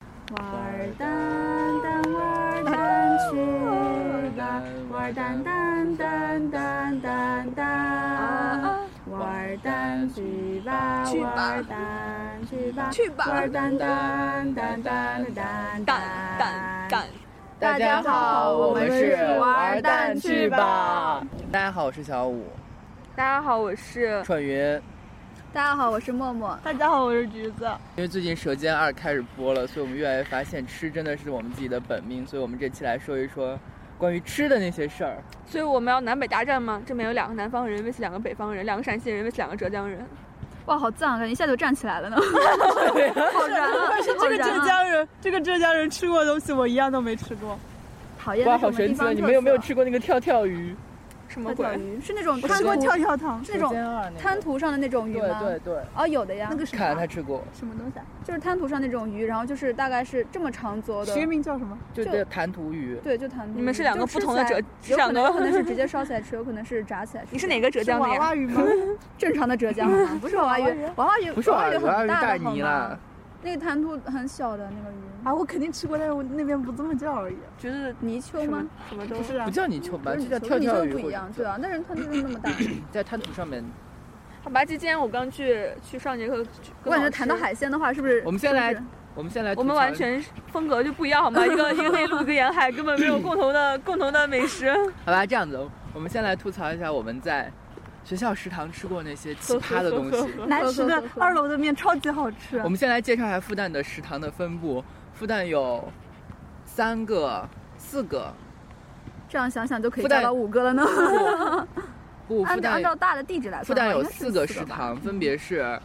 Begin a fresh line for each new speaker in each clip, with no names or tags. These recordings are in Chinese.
花儿蛋蛋，花儿蛋去啦，花儿蛋蛋蛋蛋蛋蛋，花儿蛋去吧，
去吧
花儿蛋去吧，
去吧
花儿蛋蛋蛋蛋蛋
蛋蛋蛋。
大家好，我们是玩儿蛋去吧。
大家好，我是小五，
大家好，我是
蠢云。
大家好，我是默默。
大家好，我是橘子。
因为最近《舌尖二》开始播了，所以我们越来越发现吃真的是我们自己的本命，所以我们这期来说一说关于吃的那些事儿。
所以我们要南北大战吗？这边有两个南方人 vs 两个北方人，两个陕西人 vs 两个浙江人。
哇，好赞啊，感觉一下就站起来了呢。
好燃 啊！但是这个浙江人，这个浙江人吃过的东西，我一样都没吃过。
讨厌
哇，
的
好神奇啊！你们有没有吃过那个跳跳鱼？
什么
跳
鬼？
鱼？是那种
我吃过跳跳糖，
是那种
舌尖二那个
滩涂上的那种鱼
对
吗？
对对，
哦，有的呀，那个
看他吃过，
什么东西啊？
就是滩涂上那种鱼，然后就是大概是这么长左右的。
学名叫什么？
就
就
这弹涂鱼。
对，就滩涂。
你们是两个
就吃
不同的
起来
浙是
有
两
可能有可
个
能是直接烧起来吃，有可能是炸起来吃。
你是哪个浙江的
娃
呀？
娃鱼吗？
正常的浙江好吗？不是娃娃 鱼，娃娃鱼
不是
娃
饵
鱼
鱼，饵
很
鱼
大
大
的好
泥
吗
啦？。
那个滩涂很小的那个鱼，
啊，我肯定吃过，但是我那边不这么叫而已。
觉得
泥鳅
什
吗
么？什么都
不是啊
不，叫泥鳅吧，
不
就是叫跳
泥鳅泥
跳
鳅
鱼。
不一样，对啊，但是滩涂就那么大。
在滩涂上面，
好吧，今天我刚去去上节课，去
我感觉谈到，海鲜的话，是不是？
我们先来
是不是
我们先来
跟老师我
吐
们
槽
完全是风格就不一样，好吗？一个一个内陆，一个沿海，根本没有共同的共同的美食。
好吧，这样子，我们先来吐槽一下我们在学校食堂吃过那些奇葩的 东 西。
难吃的二楼的面超级好吃
我。们先来介绍一下复旦的食堂的分布，复旦有三个、四个，
这样想想就可以
复
叫
旦
到五 个了呢。
不，复
按照按照
旦
大的地址来
复
算的
旦
话，
有
应该是
四
四
个
个
食
吧。嗯
堂，分别是。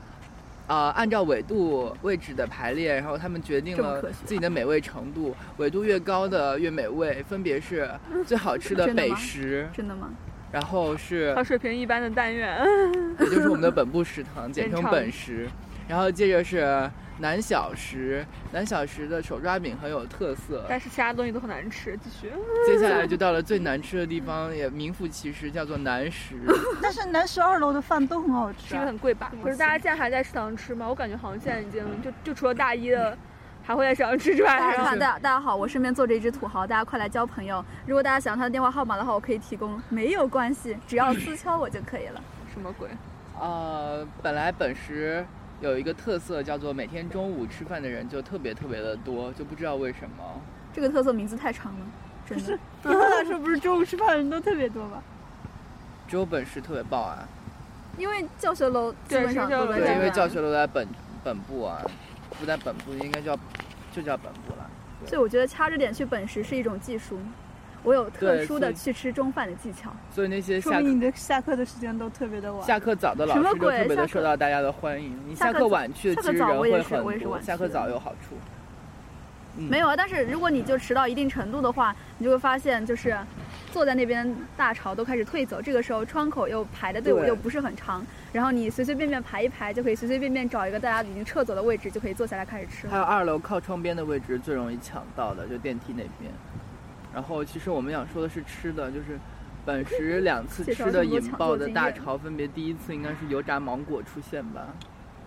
呃，按照纬度位置的排列，然后他们决定
这么
了
科学啊
自己的美味程度，纬度越高的越美味，分别是最好吃的
嗯真的
北
吗
食，
真的吗？
然后是
它水平一般的但愿。
也就是我们的本部食堂，简
人
称
常
本食。然后接着是南小食，南小食的手抓饼很有特色。
哎
但是其他东西都很难吃。继续，
接下来就到了最难吃的地方，也名副其实，叫做南 食。
但是南十二楼的饭都很好吃
是因为
啊。
很贵吧？可是大家现在还在食堂吃吗？我感觉好像现在已经就就除了大一的，还会在食堂吃之外，
大家
然后
看，大家大家好，我身边坐着一只土豪，大家快来交朋友。如果大家想要他的电话号码的话，我可以提供，没有关系，只要私敲我就可以 了。
什么鬼？
呃，本来本食有一个特色叫做每天中午吃饭的人就特别特别的多，就不知道为什么。
这个特色名字太长了，真 的。
一般来说，不是中午吃饭的人都特别多吗？
只有本食特别爆啊，
因为教学楼基
对
本上
是教学
都
楼
在这
对，
样
因为教学楼在本本部啊，不在本部应该叫就叫本部了。
所以我觉得掐着点去本食是一种技术。我有特
对
殊
所
的
以
去吃中饭的技巧。
所以那些
说
下课
明你的下课的时间都特别的晚。
下课早的老
什么
师就
鬼
特别
下
的
课
受到大家的欢迎。你
下
下
课
课
早
晚去，
下
其
课
实
早
人
我也
会
是我也
很
是晚
多。下课
去
早有好处。嗯
没有啊，但是如果你就迟到一定程度的话，你就会发现就是坐在那边大潮都开始退走，这个时候窗口又排的队伍
对
又不是很长，然后你随随便便排一排就可以随随便便找一个大家已经撤走的位置就可以坐下来开始吃
还
了。
有二楼靠窗边的位置最容易抢到的，就电梯那边。然后其实我们想说的是吃的，就是本时两次
介绍
吃
这
的
么多
引
抢
爆
购
的
经
大
验
潮，分别第一次应该是油炸芒果出现吧，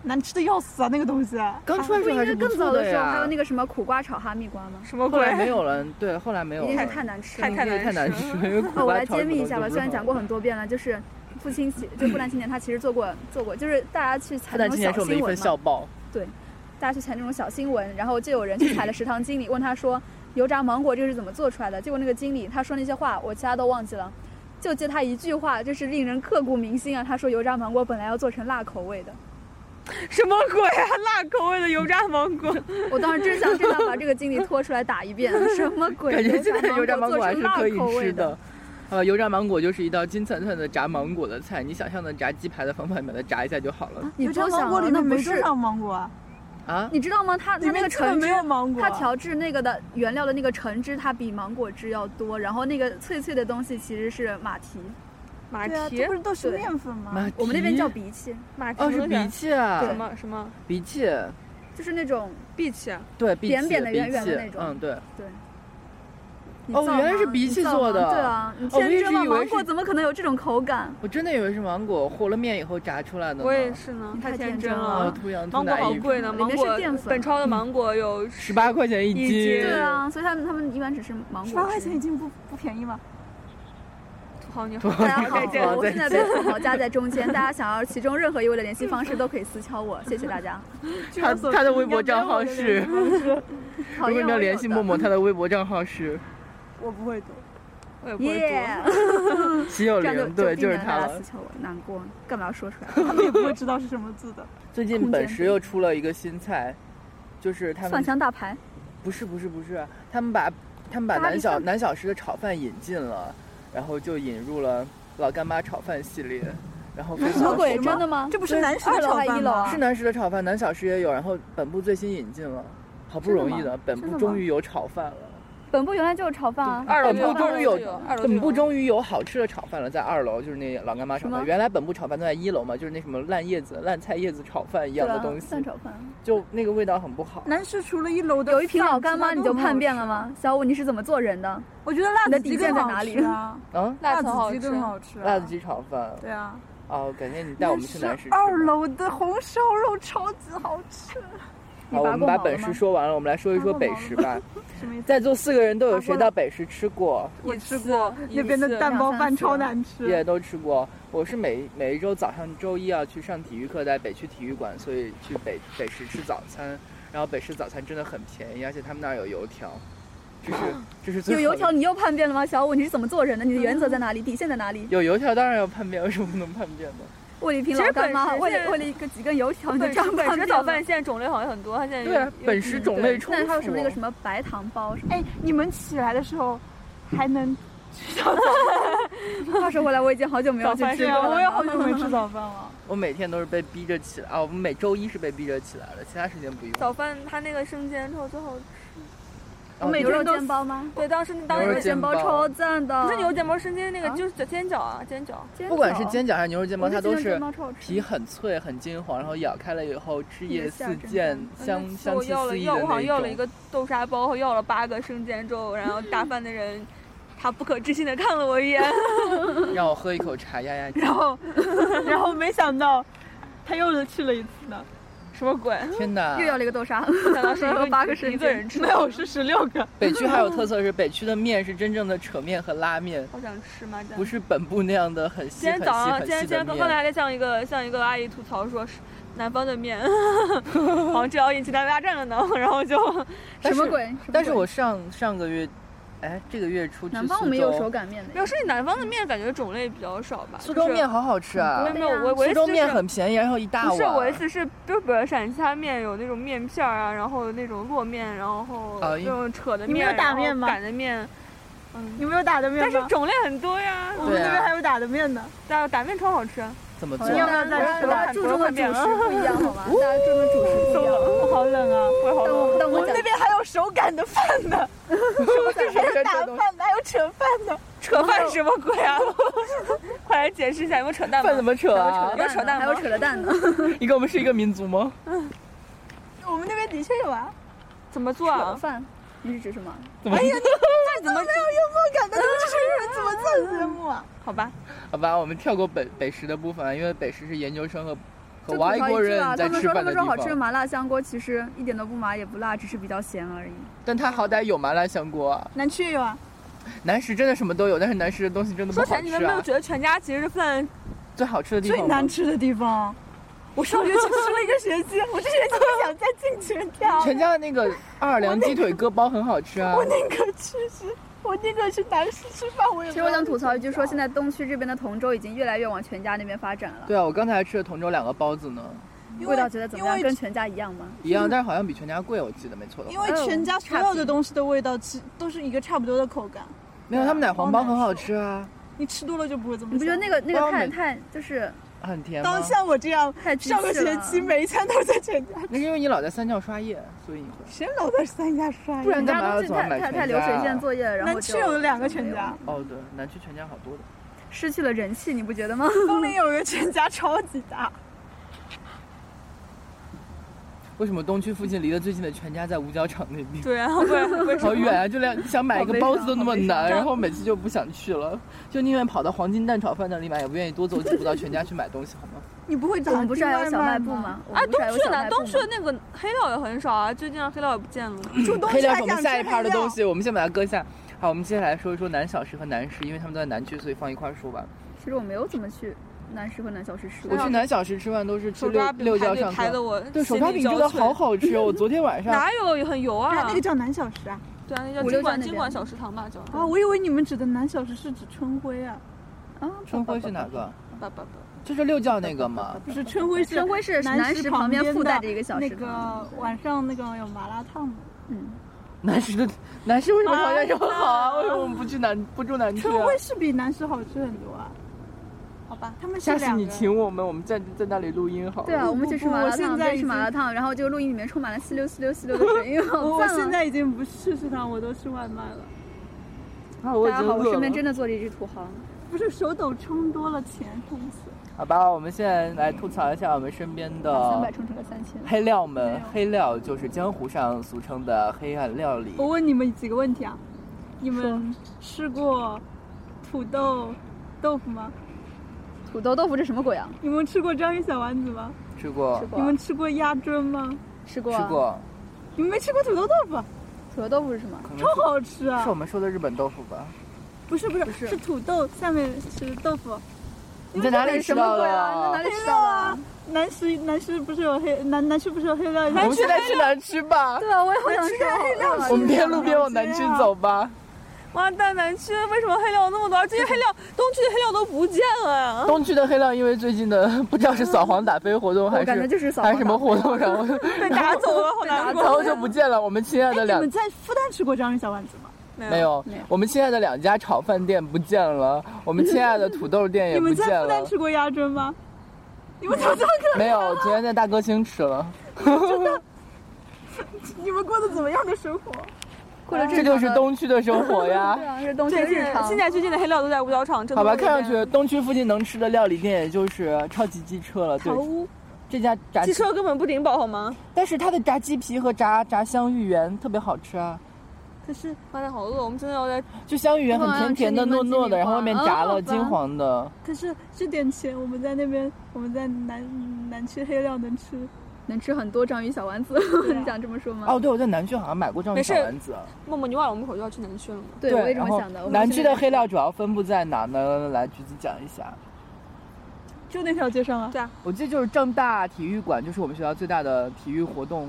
难吃的要死啊，那个东西。
刚出来时候
不应
还
该
是不错
更早的时候还有
呀
那。个什么苦瓜炒哈密瓜吗？
什么
后
鬼？
来没有了，对，后来没有
一
了，
定是太难吃了
太。太
因为太
难
难
吃
吃了，因为苦
哦，我
瓜
来
炒
揭
什
秘
么
一下
都
吧，
不
虽然
好
讲过很多遍了，就是复兴起就 复旦青年，他其实做过做过，就是大家去采
复
那
旦
种
今年
小
是我们的
新
一份
闻嘛，
校报，
大家去采那种小新闻，然后就有人去采了食堂经理，问他说油炸芒果这个是怎么做出来的？结果那个经理他说那些话，我其他都忘记了，就接他一句话，就是令人刻骨铭心啊。他说油炸芒果本来要做成辣口味的，
什么鬼啊？辣口味的油炸芒果，
我当时真想真想把这个经理拖出来打一遍，什么鬼？
感觉现在油炸
芒
芒果
做
还
成
是
辣
可以
口味
吃的。呃，油炸芒果就是一道金灿灿的炸芒果的菜，你想象的炸鸡排的方法，把它炸一下就好了
啊你
有这
多想
芒果
了，
里
那
面
不
没多
是。
少芒果啊，
啊！
你知道吗？他他
里
那个
面根本
橙汁
没有芒果。
它调制那个的原料的那个橙汁，它比芒果汁要多，然后那个脆脆的东西其实是马蹄，
马
对啊，
蹄
这不，是都是
对
面粉吗
马？
我们那边
蹄
叫荸荠，
马蹄
哦，是
有点
荸荠啊
什，么什么
荸荠，
就是那种
b e a c
对，荸荠，
扁扁的圆
荸
圆的
荠
那种
嗯，对，
对。你
哦
造
原来
吗
是鼻
你
涕
造
做
吗
的
对啊，你
哦我一
天真
直
吗？
以为
芒果
是
怎么可能有这种口感？
我真的以为是芒果和了面以后炸出来的呢。哦
我也是呢，
你
太
太
天
天
真
真
啊，
了
了。
兔羊兔
芒果
奶
好
一
贵呢，
里
芒
面是
果
淀粉
本超的芒果有
十八块钱一
一
斤，
斤
对啊，所以他们他们一般只吃芒果。
十八块钱已。经不不便宜了。
土豪你
土
好，
豪
大
大
家
家
好
再见，。
我现在被土豪夹在中间，大家想要其中任何一位的联系方式都可以私敲我，谢谢大家。
他
据我所
他的
知
微博
应该
账
没有我
号
的
是
联系方式
讨
如果
厌
你要联系默
默默，
默，他的微博账号是
我不会读。
我也不会
耶
读，
齐有
这样就
灵，对，就是他
大家
了
私。敲我，难过，干嘛要说出来？
他们也不会知道是什么字的。
最近
空
本
间
石又出了一个新菜，就是他
蒜
们
香 大排，
不是不是不是，他们把他们把
咖喱
南小
饭
南小时的炒饭引进了，然后就引入了老干妈炒饭系列，然后非
什么
常
鬼？
是吗
真的吗？
这不
对
是南石
二
的
楼
炒
还一
饭
楼
吗
啊？
是南时的炒饭，南小时也有，然后本部最新引进了，好不
真的
容易
吗
的，本
真
部
的
终
吗
于有炒饭了。
本部原来就有炒饭啊，
二楼
本
就
部终于有
有，
哦
二楼就
本部
有
终于有好吃的炒饭了，在二楼就是那老干妈炒
什
饭。
么
原来本部炒饭都在一楼嘛，就是那什么烂叶子、烂菜叶子炒饭一
对
样的
啊
东，西
蒜，炒饭。
就那个味道很不好。
南市除了一楼的
有一瓶老干妈，
饭
你
之
就
外都很好
叛变了吗？小五，你是怎么做人的？
吃？我觉得辣
你的
子
底
鸡
线
更
在
好
哪里
吃啊，
啊，
辣子
子
好
鸡
吃
更好吃啊。
辣子鸡炒饭
对啊，
哦，改天你带我们去南
南
市吃
市
吧。
二楼的红烧肉超级好吃。
你
好，我
拔
们
过
把
毛了
本食
吗？
说完了，我们来说一说北食吧。
什么意思？
在座四个人都有
拔
谁
过
到北食吃过？
我吃过
那边的蛋包饭超难
也
啊
吃。
都吃过。我是每每一周早上周一要去上体育课，在北区体育馆，所以去北北食吃早餐。然后北食早餐真的很便宜，而且他们那儿有油条，这是这是最
啊有
好
油
的
条，你又叛变了吗？小五，你是怎么做人的？你的原则在哪里？底线在哪里？
有油条当然要叛变，为什么不能叛变呢？
为了一瓶老干
其
妈，
实本
为
身
了为了一个几根油条，你就
本
这
食
样
本
叛
食
变
早
了
饭现在种类好像很多，它现在
对啊
有，
本食种类哦充
呃嗯对，那还有什么那个
富
什。么白糖包什么？
哎，你们起来的时候还能
话说回来，我已经好久没有去
早饭
吃
是
过
啊
了。
我也好久没吃早饭了。
我每天都是被逼着起来啊，我们每周一是被逼着起来的，其他时间不用。
早饭它那个生煎肉最好吃，
哦
我每
牛
牛
肉
肉煎包吗？
对，当时当
牛肉
时
煎包
超赞的，
不是牛煎包，生煎那个
啊
就是煎饺啊，煎饺。
煎
不管是
饺，
煎饺还是牛肉煎包，
我
它
觉得
都
煎
是
饺超好吃
皮很脆很金黄，然后咬开了以后汁
那
液
个馅儿
四
真
溅，
嗯
香
那次
香
我
气
要了
四溢
要，
的
我好
那
像
一
要了
种
一。个豆沙包，要了八个生煎粥，然后打饭的人，他不可置信的看了我一眼，
让我喝一口茶压压惊。
然后， 然后没想到他又去了一次呢，
什么鬼？
天哪！
又要了一个豆沙，
没想到是一个
八个
是一
生
个人吃
没，有是十六个。
北区还有 特色是北区的面是真正的扯面和拉面，
好想吃麻酱。
不是本部那样的很
今
细很
天
细
早上，
很
今天
细
今天
的
刚刚
面。
才像一个像一个阿姨吐槽说，是南方的面， 好像这要引起南北大战了呢。 然后就
但
什
是
么鬼？什么
但是
鬼
我上上个月，哎，这个月初去
南方我
苏
们也有手
州，
擀面的
没有，是南方的面感觉种类比较少吧。
苏州面好好吃啊
就是，没有没有，
对呀
我我的
苏州
意思
面
是
很便宜，然后一大
不是我的意
碗。
思是，就是比如陕西它面有那种面片儿啊，然后那种落面，然后
啊
那种扯的
你们
面，
有打
然后
面吗
擀的面，嗯，
你们有打的面
但
吗？
是种类很多呀，
我们那
啊
边还有打的面呢。
打打面超好吃，
怎么做
好
啊？
你要不要
像
再
大
吃
家
了
注重的主食不一样，好吗？
大家这么主食
受冷，好冷啊！
我 也好
但我但
我
我
们
讲
那边还有手擀的饭呢， 还有 打饭的，还有扯饭的。
扯饭什么鬼啊？ 快来解释一下，有没有扯淡吗？
饭怎么扯啊？
有扯蛋
还
吗
有扯了蛋的，
你跟我们是一个民族吗？
我们那边的确有啊。
怎么做
炒
啊？
饭，你是指什么？
哎 呀，你饭怎么没有幽默感的？你们这是你 们怎么做的节目啊？
好吧，
好吧，我们跳过北北食的部分，因为北食是研究生和
就
和
吐槽
外
一
国
句
人
啊，
在
他们
吃
说他
饭的
们
地
说好吃的
方。
麻辣香锅其实一点都不麻也不辣，只是比较咸而已。
但它好歹有麻辣香锅啊，
南区也有啊。
南食真的什么都有，但是南食的东西真的不
说
好
起来你们
吃
没有
啊。
觉得全家其实饭
最好吃的地
最
方吗
难吃的地方，我上学去吃了一个学期，我这学期不想再进群跳。
全家的那个奥尔良鸡腿割包很好吃啊
我，宁可去吃，我宁可去南市吃饭，我也
其
不
实
要
我想吐槽一句，说现
在
在东区这边的同州已经越来越往全家那边发展了。
对啊，我刚才还吃了同州两个包子呢，
味道觉得怎么样？跟全家一样吗？
一样，但是好像比全家贵，我记得没错的
因
话。
为
嗯
全家所有的东西的味道，其都是一个差不多的口感。
没有，他们奶黄包很好吃啊，
你吃多了就不会这么想。
你不觉得那个那个
包
太
美
太就是
很甜啊吗
当？像我这样
太机
上个
智
学
了
期每一餐都在全家，
那是因为你老在三教刷夜，所以你会。
谁老在三家刷呀？
不然
人
干嘛
家
要
东西
总
太
买
太
全
太流水
家
线作业了，然后
南
就
区有两个
就没
全
有
家
了，
哦，对，南区全家好多的。
失去了人气，你不觉得吗？
东林有一个全家超级大。
为什么东区附近离得最近的全家在五角场那边？
对啊，为为什
好
么？
远啊！就连想买一个包子都那么难，然后每次就不想去了，就宁愿跑到黄金蛋炒饭那里买，也不愿意多走几步到全家去买东西，好吗？
你不会
我
打
们不是还有小卖部
啊外卖吗？
吗？我
哎，
们不
东
是还有
区
小
呢？
卖部
东
吗
区的那个黑料也很少啊，最近黑料也不见了。
住东
黑
区
料是
还
我
想
们
吃
下一趴的
黑料
东西，我们先把它搁下。好，我们接下来说一说南小吃和南食，因为他们都在南区，所以放一块儿说吧。
其实我没有怎么去南食和南小吃吃
我
过。
去南小吃吃饭都是吃
手
六
抓饼
六
排
教
队
上
排的
课，
我
对手
心
抓
力
饼
交
真的
瘁
好好吃哦！我昨天晚上
哪有很油
啊
啊？
那个叫南小食啊！
对啊，那叫
五
金
六站
管
那
金
边
管小食堂吧，叫
啊，我以为你们指的南小食是指春晖啊，
啊，
春晖是哪个？
不不不，
就是六教那个吗？
不是春晖是
春晖 是
南
食
旁
边附带
的
着一个小
那
食堂。
个晚上那个有麻辣烫的。
嗯，
南食的南食为什么条件这么好啊？为什么我们不去南不住南区
春
啊？
晖是比南食好吃很多啊。好吧，他们是
下次
两
你
个
请我们，我们在在那里录音好了。
对啊，
不
我们
不
去吃
不
麻
我
辣
现
烫，
在
边
已
吃麻
经
辣烫，然后这个录音里面充满了四六四六四六的声音，
我
好
我
赞
现
啊！
在已经不吃食堂，我都吃外卖了。
啊，我已
大家
经
好，我
饿
身边
了
真的坐着一只土
啊
豪。
不是手抖充多了钱，痛死。
好吧，我们现在来吐槽一下我们身边
把三
的
百充成了三千。
黑料们
没有。
黑料就是江湖上俗称的黑暗料理。
哦
我问你们几个问题啊？你们吃过土豆豆腐吗？
土豆豆腐这什么鬼啊？
你们吃过章鱼小丸子吗？
吃过
吃，过
你
啊
们吃过鸭胗吗？
吃过啊
吃过，
你们没吃过土豆豆腐，啊
土豆豆腐是什么？
可能
超好吃
是是我
啊！
们说的日本豆腐吧？
不是不是
是
是土豆下面是豆腐。
你在哪里吃到
你们这里什么鬼啊你在哪
的
里？
黑料啊！南食南食不是有黑南南食不是有黑料？
我们现在去南区 吧。
对啊，我也好 想吃啊。
我们边录边往南区走 吧。
哇，大南区为什么黑料有那么多？这些黑料，东区的黑料都不见了呀。
东区的黑料因为最近的不知道是扫黄打非活动还
我感觉
是
就是扫
还
黄啊
是什么
党
活动，然 后
被打走了，好难
然
过。
后就不见了。我们亲爱
哎，
的
你
两
们在复旦吃过章鱼小丸子吗？
没，有
没有，
我们亲爱的两家炒饭店不见了，我们亲爱的土豆店
你
也不
们在
见
复
了
旦，吃过鸭胗吗？你们怎么这么
没有，昨天在大歌星吃了。
你们过得怎么样的生活？
过了
这就是东区的生活呀
对。啊，这是东西
对，
的
现
日
在
常。
现在最近的黑料都在五角场，真的
好吧，
有点
看上去东区附近能吃的料理店也就是超级鸡车了。对
桃，屋
这家炸
汽，车根本不顶饱好吗？
但是它的炸鸡皮和炸炸香芋圆特别好吃啊。
可是
妈的好饿，我们真的要在
就香芋圆很甜甜的、
我好
糯
想吃柠檬
糯的，
鸡米
然后外面
花
炸
哦好
了
吧
金黄的。
可是这点钱我们在那边我们在南南区黑料能吃，
能吃很多章鱼小丸子，
啊
你想这么说吗？
哦，对，我在南区好像买过这样的
没事
小丸子。啊
默默，你忘了我们一会儿就要去南区了吗？
对，我也这
然
么
后
想的。我们
南
去
区
那
的
边
黑料主要分布在哪呢？来，橘子讲一下。
就那条街上啊。
对啊，
我记得就是正大体育馆，就是我们学校最大的体育活动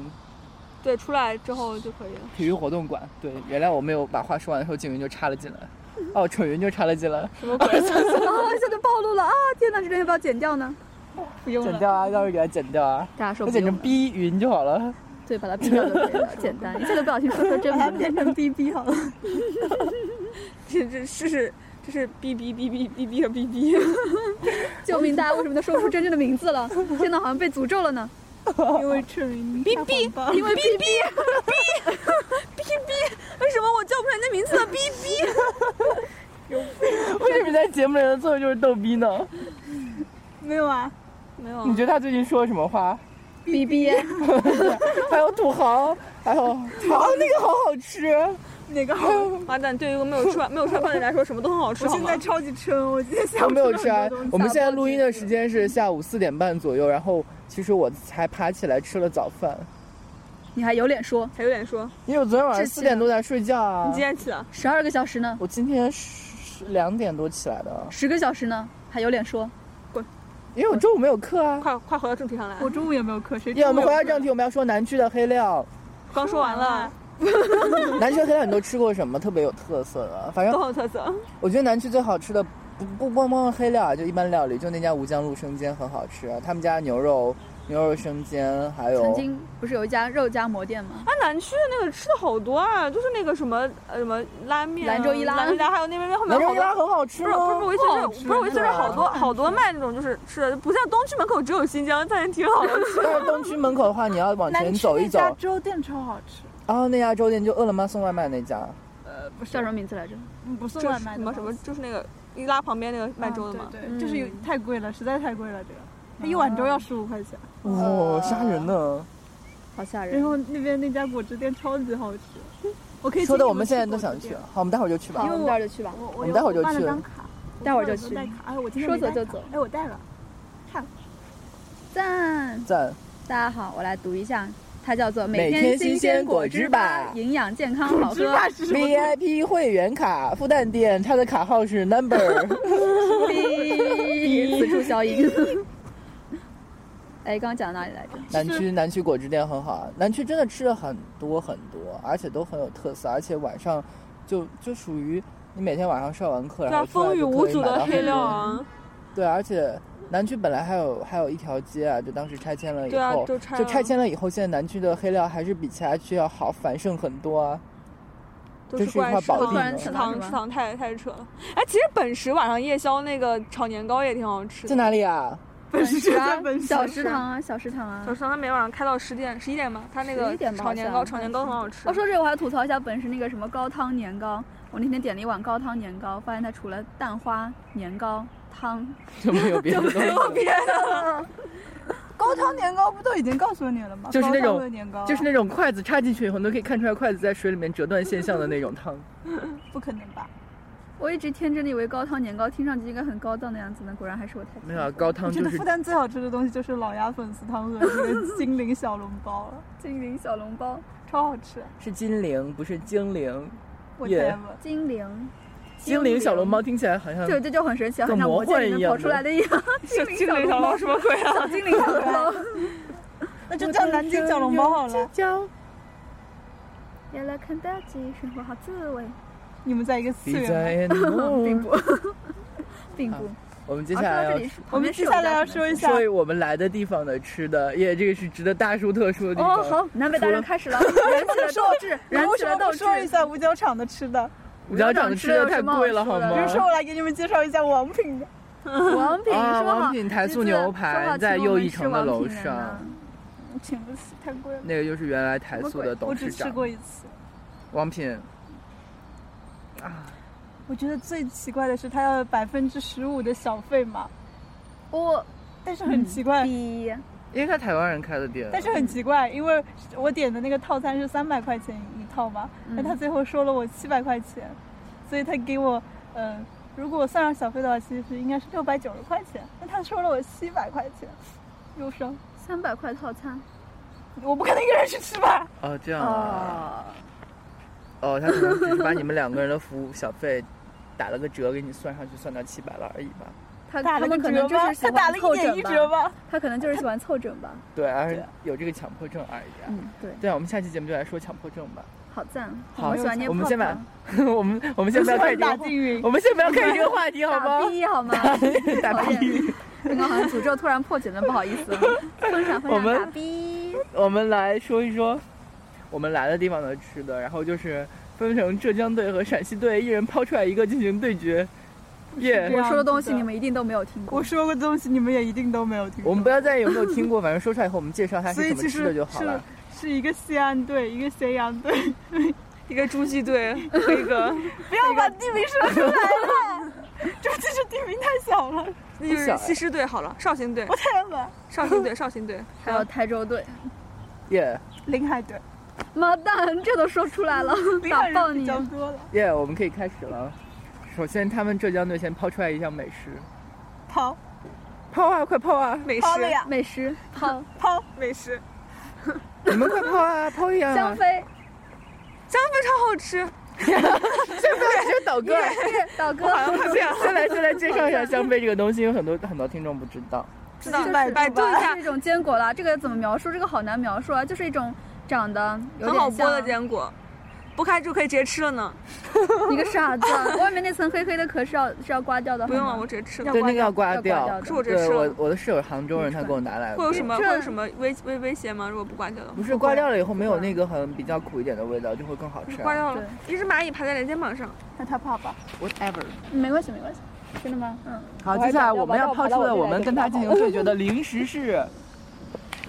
对，出来之后就可以了。
体育活动馆。对，原来我没有把话说完的时候，景云就插了进来，哦，蠢云就插了进来，
什么鬼？
啊，一下就暴露了啊！天哪，这段要不要剪掉呢？
不用
剪
了。
掉啊，到时候给它剪掉啊，
大家说
它
不
剪
用
成
了
逼云就好了。
对，把它逼掉就可以了，简单。一下就不小心说出真
把它
名了
变。成 BB 好了，
这这这是这是哔哔哔哔哔哔啊哔 哔，
救命！大家为什么都说不出真正的名字了？天哪，好像被诅咒了呢。
因为春云
BB 因为哔哔哔哔哔，为什么我叫不出来那名字啊的哔哔？
为什么在节目里的作用就是逗逼呢？
没有啊，
没有
你，觉得他最近说了什么话？
B B，
还有土豪，还有啊，那个好好吃。
哪 个好？
妈蛋，啊对于一个没有吃完没有吃完饭的人来说，什么都很好吃，
我
好
现
吗
在？超级撑，我今天下
我
午
没有吃
吃
啊
了很多东西。
我们现在录音的时间是下午四点半左右，然后其实我才爬起来吃了早饭，
你还有脸说
才有脸说，
因为我昨天晚上
窒息
四点多才睡觉啊
你。几点起的？
十二个小时呢？
我今天是两点多起来的，
十个小时呢？还有脸说？
因为我中午没有课啊。
快快回到正题上来。
我中午也没有课，谁中午
要我们回到
有
正
课
题，我们要说南区的黑料。
刚说完了，
南区的黑料你都吃过什么特别有特色的？反
都
正
很有特色。啊
我觉得南区最好吃的不不光光是黑料啊，就一般料理，就那家吴江路生煎很好吃、啊，他们家牛肉牛肉生煎，还有
曾经不是有一家肉夹馍店吗？
啊，南区的那个吃的好多啊，就是那个什么呃什么拉面啊、
兰州一拉
兰州一拉，还有那边后面好
南州一
多
拉很好吃
不是
吗？
不是维
好
觉
吃
是不是维觉
真
是
的
好多好多卖那种就是吃的，不像东区门口只有新疆，但是挺好的。
但是东区门口的话，你要往
南
前
区
走一
那
走
家，粥店超好吃，
然后那家粥店就饿了么送外卖那家，
呃，不
叫什么名字来着？
嗯不送
就
外
是
卖
什
的
么
吧
什么，就是那个一拉旁边那个卖粥的嘛
嗯。对嗯
嗯
对，就是有太贵了，实在太贵了，这个一碗粥要十五块钱。
哦，杀人呢！
好吓人
然。后那边那家果汁店超级好吃，我
呃
可以
说的
请
我
你
们现在都
去果
想
汁
去
店。，
好，我们待会儿就去吧
好，
因。为
我们
我
待会儿就去吧。
我
我
我
们待会儿就
办了
去
张卡，我
待会儿
办了
就
张
去
带卡哎，我今天
说
没
走
带
就
卡
走
哎，我带了，看，
赞！
赞，
大家好，我来读一下，它叫做“
每
天
天
新
新
鲜
鲜果
汁
汁吧
营养健康好
知
喝
吧是什么？
VIP 会员卡，复旦店，它的卡号是 number，”。
此处消音。哎，刚刚讲到哪里来着？
南区南区果汁店很好啊，南区真的吃了很多很多，而且都很有特色，而且晚上就就属于你每天晚上上完课，
对啊，
然后出来
风雨
就
无
可以
阻
买
的
到
黑
很
料
多。嗯
啊，
对，而且南区本来还有还有一条街啊，就当时拆迁了以
对啊
后，
就拆
就
了
拆迁了以后，现在南区的黑料还是比其他区要好，繁盛很多啊。
都
这
是
是一
怪
块
食
宝
堂
地呢
食
是
堂
吧
食堂太太扯了。哎，其实本食晚上夜宵那个炒年糕也挺好吃的。
在哪里啊？
本事就
啊
在本事。
小食堂啊，小食堂啊
小。食堂他每晚上开到十点十一点吧，他那个
11点吧
炒年
好
糕
像
炒年糕很好吃。
哦，说这个我还要吐槽一下本市那个什么高汤年糕，我那天点了一碗高汤年糕，发现它除了蛋花、年糕、汤，
就没有别的东西了，
高汤年糕不都已经告诉你了吗？
就是那种
高汤的年糕啊，
就是那种筷子插进去以后，能可以看出来筷子在水里面折断现象的那种汤。
不可能吧？
我一直天真的以为高汤年糕听上去应该很高档的样子呢，果然还是我太天
没有啊，
真
高
我
汤
觉
就
得
是
复旦最好吃的东西就是老鸭粉丝汤和那 个金陵小笼包了，
精灵小笼包，
超好吃。
是金陵，不是精灵。
我
耶
e
精灵，
精灵小笼包听起来好像
这这就很神奇，啊
嗯
好
跟
像
魔
魔界里
幻一
面
样
跑出来的 一样。
这
灵
精
小
灵
笼
小
包
包什么鬼啊？
小精灵小笼包，
那就叫南京小笼包好了。
有了肯德基，生活好滋味，
你们在一个次
比
元吗。
在
并不，
嗯
并不
好。我们接
啊
下来
说到
要
这里，
我们接下来要说一下
说我们来的地方的吃的，耶，这个是值得大书特书的地方。
哦，好，南北大战开始了，燃 起了斗志，
你
燃
为
起
什
了
么
斗
不
志。
说一下五角场的吃的？
五角场的吃的太贵了好
啊
吗
比？如说，
啊
我来给你们介绍一下王品的。
王品说好，
王品台
橘
醋
子
牛
说
排
好
在
请我
又
们
一
吃
城的
王
楼
品人
上
呢，
嗯请不起，太贵了。
那个就是原来台
什
塑
么
的
鬼
董
我
事
只吃
长
过一次。
王品。
我觉得最奇怪的是，他要百分之十五的小费嘛，
我
但是很奇
嗯
怪，
比
应该台湾人开的店，
但是很奇怪，因为我点的那个套餐是三百块钱一套嘛，
嗯
那、他最后收了我七百块钱，所以他给我，嗯、如果算上小费的话，其实应该是六百九十块钱，那他收了我七百块钱，忧伤，
三百块套餐
我不可能一个人去吃吧？
哦这样啊，
哦，
哦，他可能只是把你们两个人的服务小费打了个折，给你算上去，算到七百了而已吧。
他
打
他
了
们
个
可
折
能就
吗
是？喜
他打
欢
了一
凑
点一
整
折
吧，
吗？
他可能就是喜欢凑整吧。
对，而
对
有这个强迫症而已啊。
嗯，对，
对啊，我们下期节目就来说强迫症吧。
好赞，
好
我喜欢念
我们
泡
先
泡
把 我们我们先不要开始这
打
个话，
进云，
我们先不要开始这个话题好吗
打？逼好吗？
打
讨
屁
厌！刚刚好像诅咒突然破解了，不好意思，分享分
我
享
们
打逼。
我们来说一说我们来的地方的吃的，然后就是分成浙江队和陕西队，一人抛出来一个进行对决。耶、
这
我
样
说的东
子
西
的
你们一定都没有听过
我。说过的东西你们也一定都没有听过。
我们不要在意有没有听过，反 正说出来以后我们介绍它
所
是
以
怎么
其
吃
实
的就好了。
是一个西安队，一个咸阳队，
一个诸暨队和一个，
不要把地名说出来了，这其实地名太小了，
那就是西师队好了，绍兴队
不，太冷。
绍兴队，绍兴队，
还有台州队，
耶
临海队，
妈蛋，这都说出来了，
嗯
临海
打爆
人比
你！
较多了。
耶，我们可以开始了。首先，他们浙江队先抛出来一项美食，
抛
抛啊，快抛啊！
美食
抛了呀，
美食好，
抛美食，
你们快抛啊，抛呀！
嗯
香妃、
香妃超好吃，
香妃是导购。
道哥，
好像看见了。
先来先来介绍一下香妃这个东西，因为很多很多听众不知道。
知道
这
百
是
百
度一
这
下
是一种坚果啦，这个怎么描述？这个好难描述啊，就是一种长得有
很好
点
剥的
像
坚果，剥开就可以直接吃了呢，
你个 傻子啊，外面那层黑黑的壳是要是要刮掉的，
不用
好
嗯
了，
吗
我直接吃
要
了。
对，
刮
那个要刮
要刮
掉
掉。
是我直接
对
吃
我
了。嗯
我的室友杭州人，他给我拿来
会有什么
这
会有什么威威威胁吗？如果不刮掉的话
不，是刮掉了以后没有那个很比较苦一点的味道，就会更好吃、
刮
啊。
掉了，一只蚂蚁爬在人肩膀上，
那他怕吧？
Whatever。
嗯没关系没关系，真的吗？嗯，
好，接下来我们要抛出的我们跟他进行对决的零食是，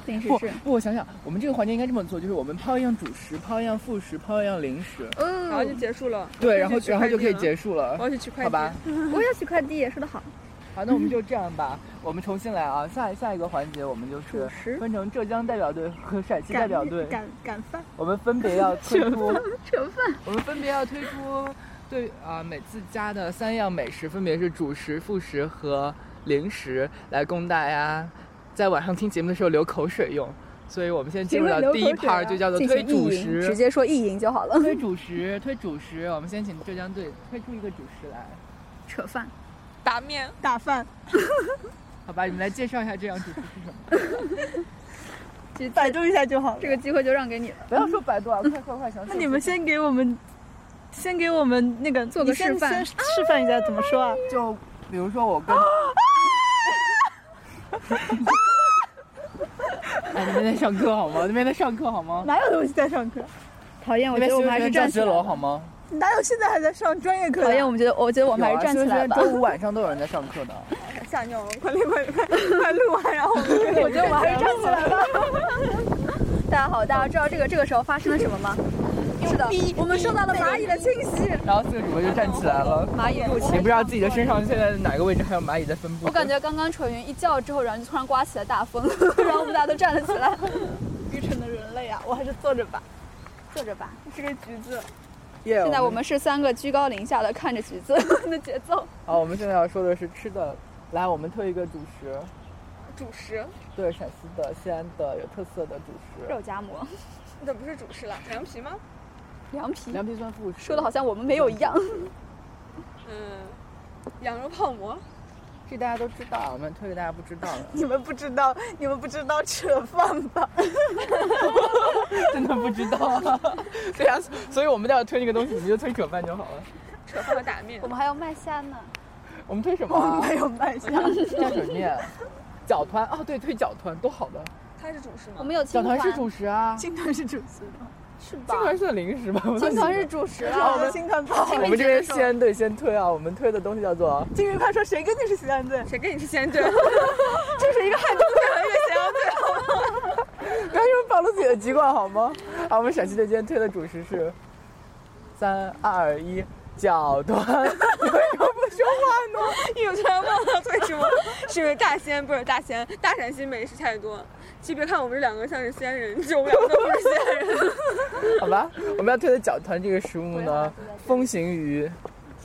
零食
不
是，
不，我想想，我们这个环节应该这么做，就是我们抛一样主食，抛一样副食，抛一样零食，
然后就
哦，
结束了。
嗯对，然后
去
然后
快递
就可以
了
结束
我
了，
要去取快递。
好吧？
我要取快递，说的好，
好，那我们就这样吧，我们重新来啊。下下一个环节，我们就是
主食
分成浙江代表队和陕西代
擀
表队，
擀擀饭，
我们分别 要推出，
成分
我们分别要推出对啊、每次家的三样美食，分别是主食、副食和零食，来供大家在晚上听节目的时候流口水用。所以我们先进入
谁会
到
流
第一
口水啊
part，就叫做
进
推
行意
主
淫，
食
直。接说意淫就好了。
推主食，推主食，我们先请浙江队推出一个主食来，
扯饭，
打面，
打饭，
好吧？你们来介绍一下这样主食是什么？
百度一下就好了。
这个机会就让给你了。
不要说百度啊，快快快，想
那你们先给我们，先给我们那个
做个
你先
示范
先示范啊一下怎么说啊？
就比如说我跟，哎，你们在上课好吗？你们在上课好吗？
哪有东西在上课？
讨厌，
你
我觉
们
得我
学
们还是
生
站
教
起
学
来
楼
吧。
好吗？
哪有现在还在上专业课的？
讨厌，我们觉得，我觉得我
我
们
啊
还是站起来吧。
周五晚上都有人在上课的。
吓尿了，快点快点快点快录完，然后我们
我觉得我还是站起来吧。大家好，大家知道这个这个时候发生了什么吗？是的，我们受到了蚂蚁的侵袭，
然后四个主播就站起来了，
蚂蚁入侵
也不。知道自己的身上现在哪个位置还有蚂蚁在分布。
我感觉刚刚扯云一叫之后，然后就突然刮起了大风， 然后我们大家都站了起 来。
愚蠢的人类啊！我还是坐着吧。
坐着吧。
这个橘子，
Yeah，
现在我们是三个居高临下的看着橘子 的节奏。
哦好，我们现在要说的是吃的，来，我们推一个主食，
主食，
对，陕西的、西安的有特色的主食
肉。夹馍、
那不是主食了，凉皮吗？
凉皮，
凉皮算副食。
说的好，像我们没有一样。
嗯，羊肉泡馍，
这大家都知道，我们推给大家不知道的。
你啊们不知道，你们不知道扯饭吧？
真的不知道、啊。对啊，所以我们待会儿推那个东西，你就推扯饭就好了。
扯饭和打面
我，们还要麦虾呢，
我们推什么、
我们
啊？
没有卖相。
酱水 面、搅团哦，对，推搅团多好的。
它是主食吗
我？们有青
搅团
团，
是主食啊，青
青团是主食吗？
是吧？
团算零食吧？
青团是主啊食
我
啦
们。青团跑。
我们这边西安队先推啊，我们推的东西叫做
金鱼快说，谁跟你是西安队？
谁跟你是先对？
不要用暴露自己的籍贯好吗？啊，我们陕西队今天推的主食是三二一搅团， 你为什么不说话呢？
因为我突然忘了为什么，是因为大西安不是大西安，大陕西美食太多。其实别看我们这两个像是西安人，就我们两个都不是西安人。
好吧，我们要推的搅团这个食物呢，风行鱼，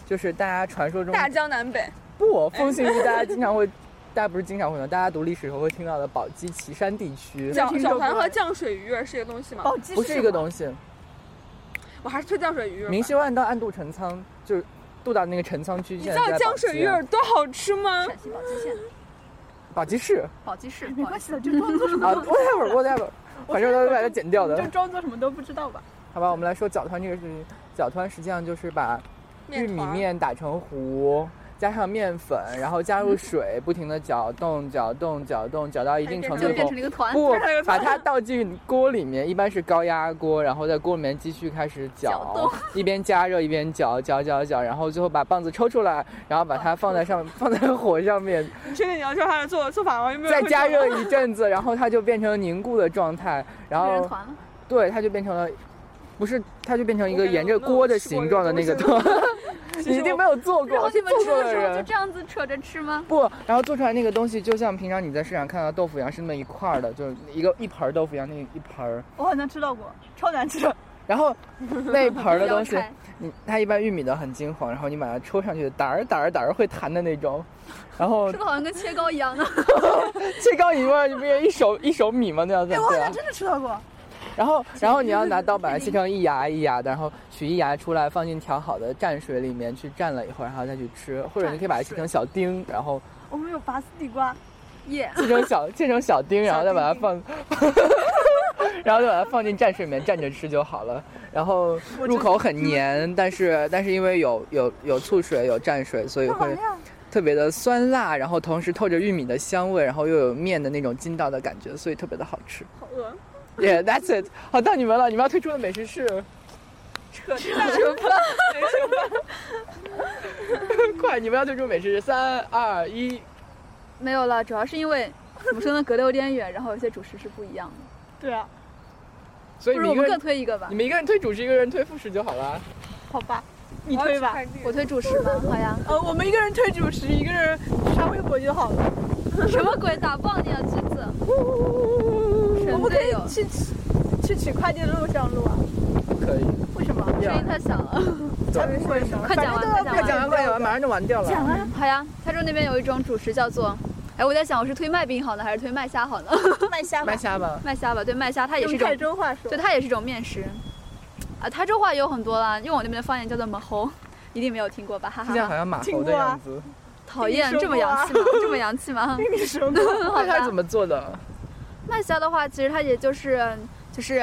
就是大家传说中
大江南北，
不，风信鱼大家经常会，大家不是经常会呢，大家读历史时候会听到的宝鸡岐山地区，
搅
听说
搅团
过
和酱水鱼儿是一个东西吗？
宝哦鸡
不是一个东西。
我还是推酱水鱼儿吧。
明星万道暗渡陈仓，就是渡到那个陈仓区，
你
现
知
在
道
在
酱
宝
水
鸡啊
鱼儿多好吃吗？
陕西宝鸡县，
宝鸡市
宝鸡市，
没
没
关系的，就装作什 么
啊，whatever whatever，反正都是把它剪掉
你就
的。
装作什么都不知道吧。
好吧，我们来说搅团这个事情。搅团实际上就是把玉
面
米
团儿，
面打成糊，加上面粉，然后加入水，不停的搅动、搅动、搅动，搅到一定程
就
度
变
后
成了，一个团。
不把它倒进锅里面，一般是高压锅，然后在锅里面继续开始
搅
搅
动，
一边加热一边搅搅搅搅，然后最后把棒子抽出来，然后把它放在上放在火上面，
你确定你要教他的做做法吗？有没有
再
人会
加
做
热一阵子，然后它就变成凝固的状态，然
变成
后
团了，
对它就变成了。不是，它就变成一个
我感觉
沿着
我没有
锅的
吃过
形
这
状的
个
那个
东西
东， 你一定没有做
然后
过，
你
是
们
做
吃
过
的
的
时候就
人
这样子扯着吃吗？
不，然后做出来那个东西就像平常你在市场看到豆腐一样，是那么一块儿的，就是一个一盆儿豆腐一样，那一盆儿，
我好像吃到过，超难吃的。
然后那一盆儿的东西
撩，开
你它一般玉米的很金黄，然后你把它抽上去，打儿打儿打儿会弹的那种， 然后
吃的好像跟切糕一 样的，
切糕一块，你不也一手一手米吗？那样子
哎，我好
对啊
像。真的吃到过。
然后然后你要拿刀把它切成一牙一牙的，然后取一牙出来放进调好的蘸水里面去蘸了以后，然后再去吃，或者你可以把它切成小丁，然后
我们有拔丝地瓜，
耶！
切成小切成小丁，然后再把它放， 然后再把它放进蘸水里面蘸着吃就好了。然后入口很
嗯
黏，但是但是因为有有有醋水有蘸水，所以
干嘛
会
呀？
特别的酸辣，然后同时透着玉米的香味，然后又有面的那种筋道的感觉，所以特别的好 吃。
好饿，
Yeah, that's it。好，到你们了，你们要推出的美食是，
扯蛋扯饭，扯饭。
快，你们要推出美食，三二一，
没有了，主要是因为怎么说呢，隔得有点远，然后有些主食是不一样的。
对啊，
所以
不
你
如
们
我
一个
们各
人，
推一个吧
你。们一个人推主食，一个人推副食就好了。
好吧，你推吧。
我推主食吧，好呀。
呃，我们一个人推主食，一个人刷微博就好了。
什么鬼？打爆你啊，橘子！
我
神
们可
队
以
友，
去取去取快递的路上录啊？
不可以。
为什么？
声音太小了。
才不会呢。
快讲完
反 正都
快讲
要
讲完快讲完，马上就完掉
讲
了。
啊！
好呀，台州那边有一种主食叫做，哎，我在想我是推麦饼好呢，还是推麦虾好呢？
卖虾吧
麦，虾吧，
麦虾吧，对，麦虾它也是一
用
种
泰，州话说
对，。它也是一种面食。啊，台州话也有很多啦，用我那边的方言叫做马猴，一定没有听过吧？哈
听起来
哈，
好像马猴
听
的
过啊
样子。
讨厌，
听
这
说
么
过啊
洋气吗？这么洋气吗？
跟你说过，
好
那它是
吧
怎。么做的？
麦虾的话，其实它也就是嗯就是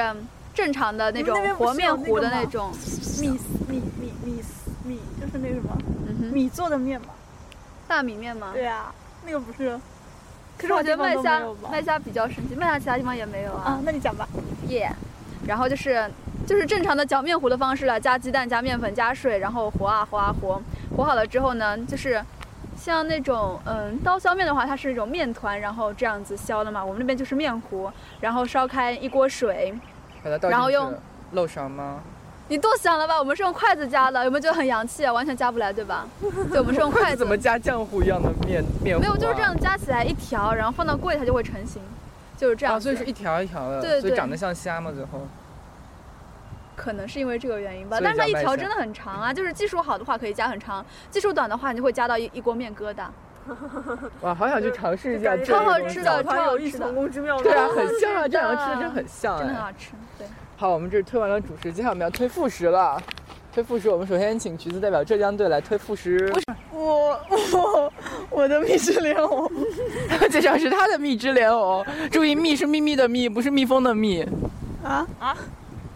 正常的那
你们那
种
边
和
不是有
面糊的
那个
那
吗
种，
米米米米米就是那什么
嗯哼，
米做的面嘛。
大米面吗？
对啊，那个不是。
可是我觉得麦
其他
虾
地方都没有吧
麦虾比较神奇，麦虾其他地方也没有啊
啊。，那你讲吧。
耶、然后就是就是正常的搅面糊的方式了，加鸡蛋、加面粉、加水，然后和啊和啊和，和好了之后呢，就是像那种嗯刀削面的话，它是一种面团，然后这样子削的嘛。我们那边就是面糊，然后烧开一锅水。
把它倒进去。
然后用
漏勺吗？
你多想了吧？我们是用筷子夹的，有没有觉得很洋气啊？完全夹不来，对吧？ 对，我们是用筷
这
子。
怎么加浆糊一样的面面糊、啊？
没有，就是这样夹起来一条，然后放到柜它就会成型，就是这样
啊，
子。
所以是一条一条的，
对
所以
对
长得像虾吗？最后
可能是因为这个原因吧，
所以
但是它
叫
一
麦
条
香
真的很长啊，就是技术好的话可以加很长，技术短的话你就会加到一一锅面疙瘩，
哇，好想去尝试一下
感觉
这
超
个
好
东西
吃的
团
超好
有异
吃
曲
的
同工之妙吗？
对啊，很像啊，这两个
是
吃
的
的真的很像
真的很
哎。
好吃。对，
好，我们这推完了主食，接下来我们要推副食了。推副食，我们首先请橘子代表浙江队来推副食。
我我我的蜜汁莲藕，
介绍是他的蜜汁莲藕，注意蜜是秘密的蜜，不是蜜蜂的蜜，
啊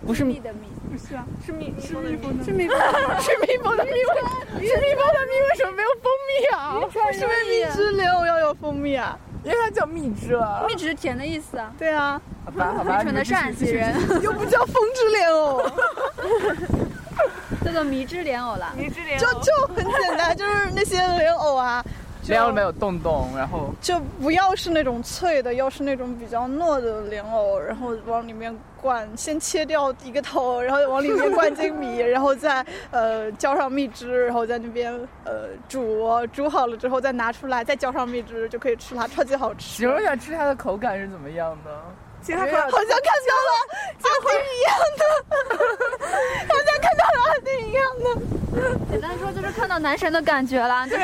不是
蜜的蜜，
不是啊，
是蜜是
蜜
蜜蜂
是蜜蜂，
是蜜蜂的蜜，为是蜜蜂的蜜，为什么没有蜂蜜啊？
是蜜汁莲藕要有蜂蜜啊？
因为它叫蜜汁啊。
蜜只是甜的意思啊。
对啊，
好吧，好吧，
愚蠢的陕西人
又不叫风之莲藕，
叫做迷之莲藕 啦，
蜜汁莲
就就很简单，就是那些莲藕啊，
莲藕没有洞洞，然后
就不要是那种脆的，要是那种比较糯的莲藕，然后往里面灌，先切掉一个头，然后往里面灌进 米，然后再呃浇上蜜汁，然后在那边呃煮，煮好了之后再拿出来，再浇上蜜汁就可以吃它，超级好吃。
形容一下吃它的口感是怎么样的？
其他
好像看到了家庭一样的，好像看到了阿丁一样的。
简单说就是看到男神的感觉啦，就是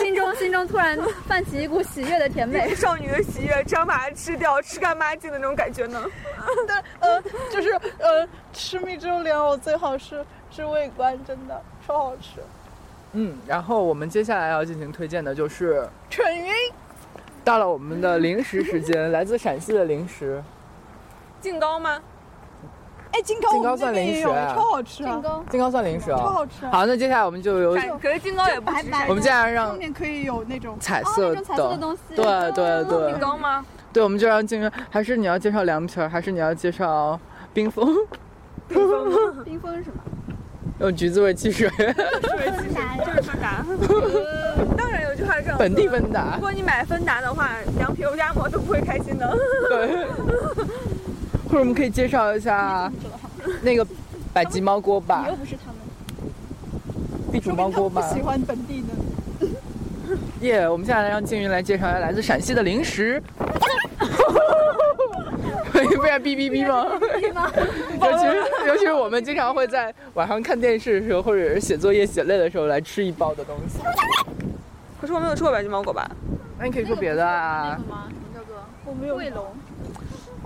心中心中突然泛起一股喜悦的甜 美。
少女的喜悦，只想把它吃掉，吃干抹净的那种感觉呢。
但呃，就是呃，吃蜜汁莲藕最好是知味观，真的超好吃。
嗯，然后我们接下来要进行推荐的就是
蠢晕，
到了我们的零食时间，来自陕西的零食，
净糕吗？
哎，金糕
金
我
糕
们那
算
边
零
也
食
有，
啊
超好吃
进
啊，
攻，
金糕算零食啊、
超好吃啊。
好，那接下来我们就由
可是净糕也不
白
吃
白
陕
的
我们接下来让
后面可以有那种
彩
哦，
色
那
的，
种彩色的东西。嗯哦
对对对
净糕吗？
对，我们就让金糕，还是你要介绍凉皮儿，还是你要介绍冰峰？
冰封是什么？
用橘子味汽水，
就是芬达。当然有句话是这 样说的
本地芬达
如。果你买芬达的话，凉皮肉夹馍都不会开心的。
对，或者我们可以介绍一下那个百吉猫锅吧
你又，不是他们。
地主
说
猫
明他
锅
们不
吧。
喜欢本地的。
耶我们接下来让静云来介绍一下来自陕西的零 食。不要哔哔哔 吗？尤其是尤其是我们经常会在晚上看电视的时候，或者是写作业写累的时候来吃一包的东西。
可是我没有吃过白金芒果吧？
那你可以说别的啊
那个，吗？什么叫做
我没有
卫龙？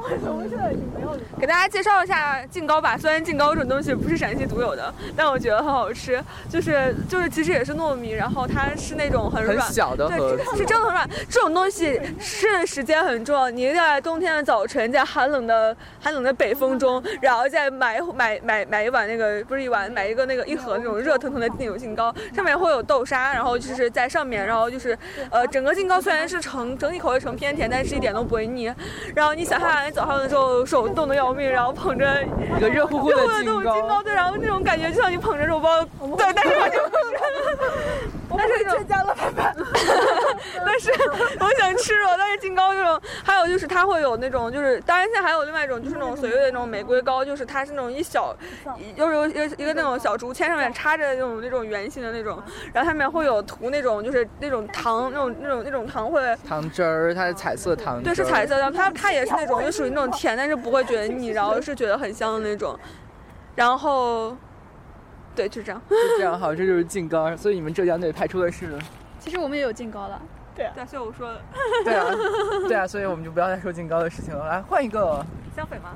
我现在已经没有了。
给大家介绍一下净糕吧。虽然净糕这种东西不是陕西独有的，但我觉得很好吃。就是就是，其实也是糯米，然后它是那种很
很
软。
小的盒
对，
子
是。是真的很软。这种东西吃的时间很重要，你一定要在冬天的早晨，在寒冷的寒冷的北风中，然后再买买买买一碗那个不是一碗，买一个那个一盒那种热腾腾的那种净糕，上面会有豆沙，然后就是在上面，然后就是呃整个净糕虽然是呈整体口味呈偏甜，但是一点都不会腻。然后你想象你早上的时候手冻得要命，然后捧着
一个热乎乎
热
的
乎的那
金
种金糕，
糕，
对，然后那种感觉就像你捧着肉包，对，但是完全不是。我但是这
加了白白，
但 是我想吃肉，但是金糕这种，还有就是它会有那种，就是当然现在还有另外一种，就是那种随意的那种玫瑰糕，就是它是那种一小，就是有一个一个嗯那种小竹签上面插着那种那种圆形的那种，然后上面会有涂那种就是那种糖那种那种那种糖会。
糖汁儿，它是彩色糖汁
对，
儿，
是彩色的，它它也是那种，就属于那种甜，但是不会觉得腻，然后是觉得很香的那种。然后，对，就这样。
就这样好，这 就是净糕，所以你们浙江队派出的是，
其实我们也有净糕了，
对，所以我说
对啊，对啊，所以我们就不要再说净糕的事情了，来换一个，
香粉吗？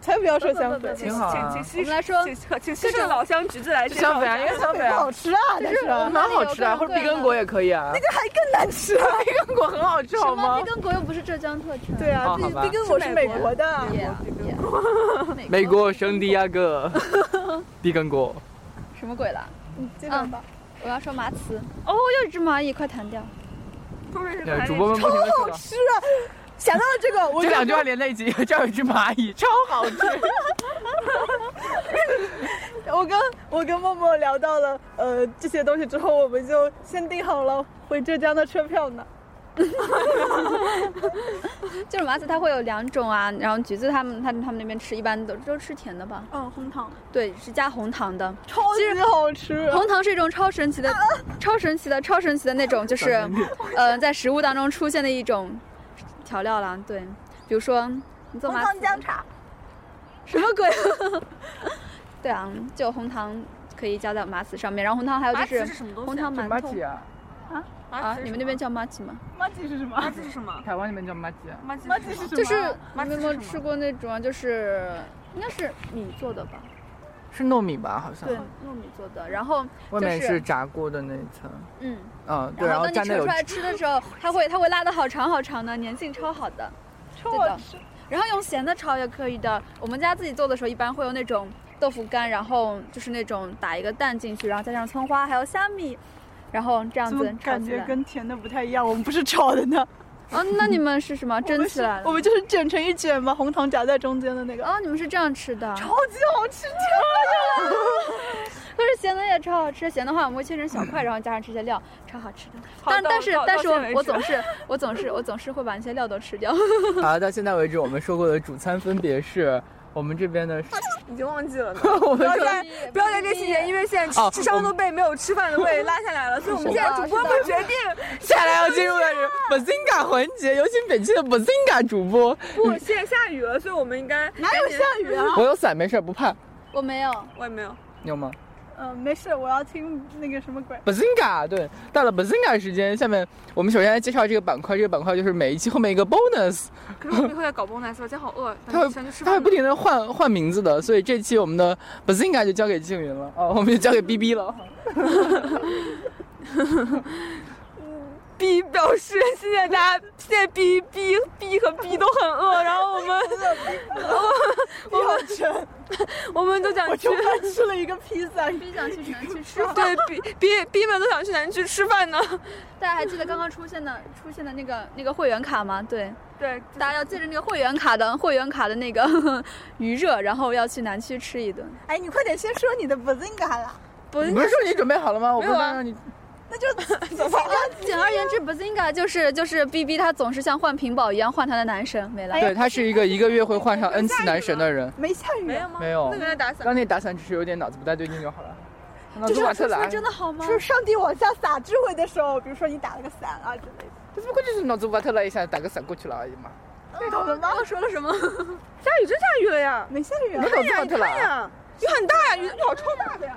才不要说香粉，
挺好啊
请
我们来说
请请请老乡橘子来介绍一下。
香啊
不好吃啊，但是啊
蛮好吃的，或者碧根果也可以啊，那个
还更难吃。啊
碧根果很好吃
什么？碧？根果又不是浙江特产。
对啊，
哦
毕
好吧
毕竟我是美国的，
Yeah, yeah
美国圣地亚 哥，碧根果，
什么鬼啦？
嗯接着吧。
我要说麻糍。哦，又一只蚂蚁，快弹掉！
不是
对，主播们不停的
好吃啊！想到了这个，我
这
就
两句话连在一起，这有一只蚂蚁，超好吃。
我跟我跟默默聊到了呃这些东西之后，我们就先订好了回浙江的车票呢。
就是麻糍，它会有两种啊，然后橘子他们他他们那边吃，一般都都吃甜的吧？
嗯，红糖
对，是加红糖的。
超级好吃，
红糖是一种超神奇的、超神奇的、超神奇的那种，就是 呃，在食物当中出现的一种调料啦。对，比如说你做
红
麻
糖姜
糍，
茶。
什么鬼？ 对啊，就红糖可以加到麻糍上面，然后红糖还有就是
什么东
红糖馒头
啊，
啊，你们那边叫麻糍吗？
麻吉是什么？
麻糍是什么？
台湾那边叫麻吉啊。
麻糍
麻吉是什么？
就是你
麻糍
们
是
有没有
什么
吃过那种啊？就是应该是米做的吧？
嗯
是糯米吧？好像
对，糯米做的。然后
外面
就是
是炸过的那一层，
嗯，
嗯，对，
然
然
后
后蘸
当你
的
扯
有
出来吃的时候，它会它会拉的好长好长的，粘性超好的。
超
对
好
的
吃。
然后用咸的炒也可以的。我们家自己做的时候，一般会用那种豆腐干，然后就是那种打一个蛋进去，然后加上葱花还有虾米，然后这样
怎
子
么
炒
感
起
觉
来。
跟甜的不太一样？我们不是炒的 呢，
哦，那你们是什么蒸起来
我
了？
们就是卷成一卷，把红糖夹在中间的那个，
哦，你们是这样吃的。
超级好吃。
可是咸的也超好吃，咸的话我们会切成小块，然后加上这些料，超好吃的。
好
但
到
但是
到
但是
到现
我
为止
我总是我总是我总是会把那些料都吃掉。
好，到现在为止，我们说过的主餐分别是我们这边的是，
已经忘记 了呢。
我们
不要
说
在 不要在这期间，因为现在
哦
吃智商都被没有吃饭的胃拉下来了，所以我们现在主播们决定
下来要进 入的是 Bazinga 环节，有请本期的 Bazinga 主播。
不，现在下雨了，所以我们应该
哪有下雨啊？
我有伞，没事儿不怕。
我没有，
我也没有。
你有吗
嗯，没事，我要听那个什么鬼。
？Bazinga，对，到了 Bazinga 时间，下面我们首先来介绍这个板块。这个板块就是每一期后面一个 bonus，
可是我们会在搞崩奶丝，我今天好饿，
它会
想去吃
它会
饭
不。停的换换名字的，所以这期我们的 Bazinga 就交给静云了，哦，我们就交给 BB 了。
B 表示现在大家现在 B B B 和 B 都很饿，然 后我们我们
卷，
我们都想
我
去
中，间吃了一个披萨，
必想去城去吃饭。
对 B B B 们都想去南区吃饭呢。
大家还记得刚刚出现的出现的那个那个会员卡吗？对，
对，
大家要借着那个会员卡的会员卡的那个 余热，然后要去南区吃一顿。 嗯
哎，你快点先说你的 bazinga 啦，
不
你
是
不是说你准备好了吗？我不是
没有啊
让你
啊那 就
简而言之，Bazinga 就是就是 B B，他总是像换屏保一样换他的男神，没了。
哎呀
对，他是一个一个月会换上 N 次男神的人。
没下雨
没有
啊，
吗？
没有
那个人打伞
刚。那打伞只是有点脑子不太对劲就好了。脑
这
子
是
瓦
我
特
说出
兰
来，真的好吗？
是上帝往下撒智慧的时候，比如说你打了个伞啊之类的。
这不过就是脑子瓦特兰一下打个伞过去了而已嘛。
你懂了吗？
我说了什 么？
下雨真下雨了呀！
没下雨啊
没，脑子瓦
看呀
特
看
兰。
呀，啊雨很大呀，雨好超大的呀！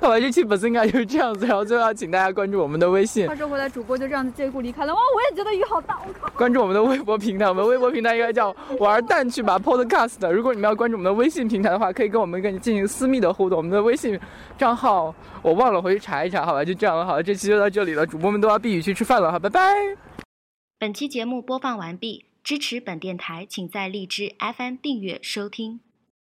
好吧，这期本身应该就是这样子，然后最后要请大家关注我们的微信
话，说回来，主播就这样子借故离开了。哇，我也觉得雨好大，我靠！
关注我们的微博平台，我们微博平台应该叫“玩蛋去吧 Podcast”。如果你们要关注我们的微信平台的话，可以跟我们跟你进行私密的互动。我们的微信账号我忘了，回去查一查。好吧，就这样了。好了，这期就到这里了，主播们都要避雨去吃饭了。好，拜拜。
本期节目播放完毕，支持本电台，请在荔枝 FM 订阅收听。